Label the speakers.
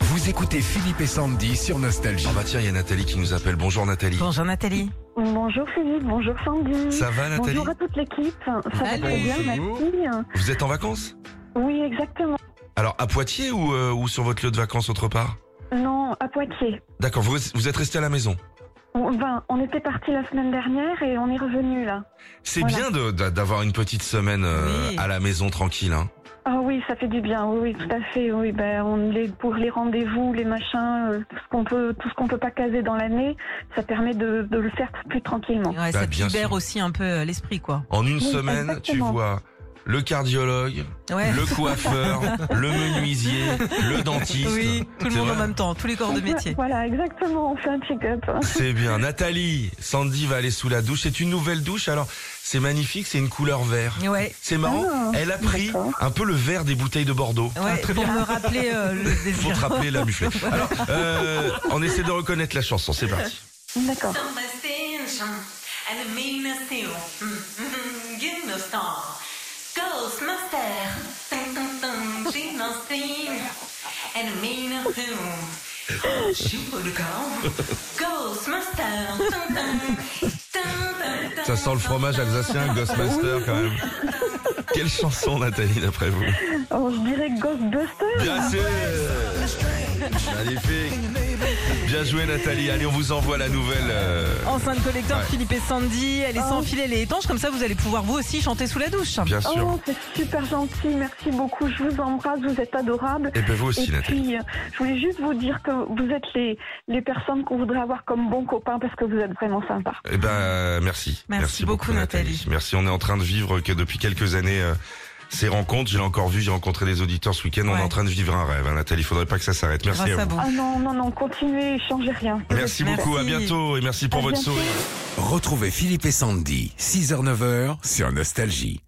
Speaker 1: Vous écoutez Philippe et Sandy sur Nostalgie.
Speaker 2: Ah bah tiens, il y a Nathalie qui nous appelle. Bonjour Nathalie.
Speaker 3: Bonjour Nathalie.
Speaker 4: Bonjour Philippe, bonjour Sandy.
Speaker 2: Ça va Nathalie
Speaker 4: Bonjour à toute l'équipe. Ça va
Speaker 3: Salut.
Speaker 4: très bien, merci.
Speaker 2: Vous êtes en vacances
Speaker 4: Oui, exactement.
Speaker 2: Alors à Poitiers ou, euh, ou sur votre lieu de vacances autre part
Speaker 4: Non, à Poitiers.
Speaker 2: D'accord, vous, vous êtes resté à la maison.
Speaker 4: On, ben, on était parti la semaine dernière et on est revenu là.
Speaker 2: C'est
Speaker 4: Voilà.
Speaker 2: bien de- d'a- d'avoir une petite semaine euh,
Speaker 3: Oui.
Speaker 2: à la maison tranquille. Hein.
Speaker 4: Ah oui, ça fait du bien. Oui, oui, tout à fait. Oui, ben on les pour les rendez-vous, les machins, euh, tout ce qu'on peut, tout ce qu'on peut pas caser dans l'année, ça permet de, de le faire plus tranquillement.
Speaker 3: Ouais,
Speaker 2: Bah,
Speaker 3: ça te
Speaker 2: bien
Speaker 3: libère
Speaker 2: sûr.
Speaker 3: aussi un peu euh, l'esprit, quoi.
Speaker 2: En une
Speaker 4: Oui,
Speaker 2: semaine,
Speaker 4: exactement.
Speaker 2: tu vois le cardiologue,
Speaker 3: Ouais.
Speaker 2: le coiffeur, le menuisier, le dentiste.
Speaker 3: Oui, tout le
Speaker 2: C'est
Speaker 3: monde en
Speaker 2: vrai.
Speaker 3: même temps, tous les corps de
Speaker 4: On fait-
Speaker 3: métier.
Speaker 4: Voilà, exactement. On fait un check-up. hein.
Speaker 2: C'est bien. Nathalie, Sandy va aller sous la douche. C'est une nouvelle douche. Alors, c'est magnifique, c'est une couleur vert.
Speaker 3: Ouais.
Speaker 2: C'est marrant.
Speaker 4: Ah,
Speaker 2: Elle a pris
Speaker 4: d'accord.
Speaker 2: un peu le vert des bouteilles de Bordeaux.
Speaker 3: Ouais, pour me rappeler euh, le
Speaker 2: Ah, Faut te
Speaker 3: désir.
Speaker 2: rappeler la buffet. Alors, euh, on essaie de reconnaître la chanson. C'est parti.
Speaker 4: D'accord.
Speaker 5: Som extension and the meanness too. mm, Give no star. Ghostmaster. Dun, dun, dun. She no sting. And the meanness too. Oh, she would go. Ghostmaster. Dun, dun. Dun, dun, dun,
Speaker 2: Ça sent le
Speaker 5: dun,
Speaker 2: fromage
Speaker 5: dun.
Speaker 2: alsacien, Ghostmaster quand même. Quelle chanson, Nathalie, d'après vous
Speaker 4: Oh, je dirais Ghostbuster.
Speaker 2: Bien sûr Magnifique Bien joué, Nathalie. Allez, on vous envoie la nouvelle. euh,
Speaker 3: Enceinte collecteur
Speaker 2: Ouais.
Speaker 3: Philippe et Sandy, elle est sans filet, elle est étanche, comme ça vous allez pouvoir vous aussi chanter sous la douche.
Speaker 2: Bien sûr.
Speaker 4: Oh, c'est super gentil. Merci beaucoup. Je vous embrasse. Vous êtes adorables.
Speaker 2: Et ben vous aussi,
Speaker 4: Et
Speaker 2: Nathalie.
Speaker 4: puis, euh, je voulais juste vous dire que vous êtes les, les personnes qu'on voudrait avoir comme bons copains parce que vous êtes vraiment sympas.
Speaker 2: Eh ben, merci.
Speaker 3: Merci beaucoup, Nathalie.
Speaker 2: Merci. On est en train de vivre que depuis quelques années. euh, ces rencontres, je l'ai encore vu, j'ai rencontré des auditeurs ce week-end. On
Speaker 3: Ouais.
Speaker 2: est en train de vivre un rêve, hein, Nathalie. Faudrait pas que ça s'arrête. Merci
Speaker 3: Grâce
Speaker 2: à
Speaker 3: à
Speaker 2: vous.
Speaker 3: vous.
Speaker 4: Ah non, non, non, continuez, changez rien.
Speaker 2: Oh. Merci beaucoup, à
Speaker 3: Merci.
Speaker 2: bientôt et merci pour
Speaker 4: À
Speaker 2: votre
Speaker 4: bientôt.
Speaker 2: sourire.
Speaker 1: Retrouvez Philippe et Sandy, 6h-9h sur Nostalgie.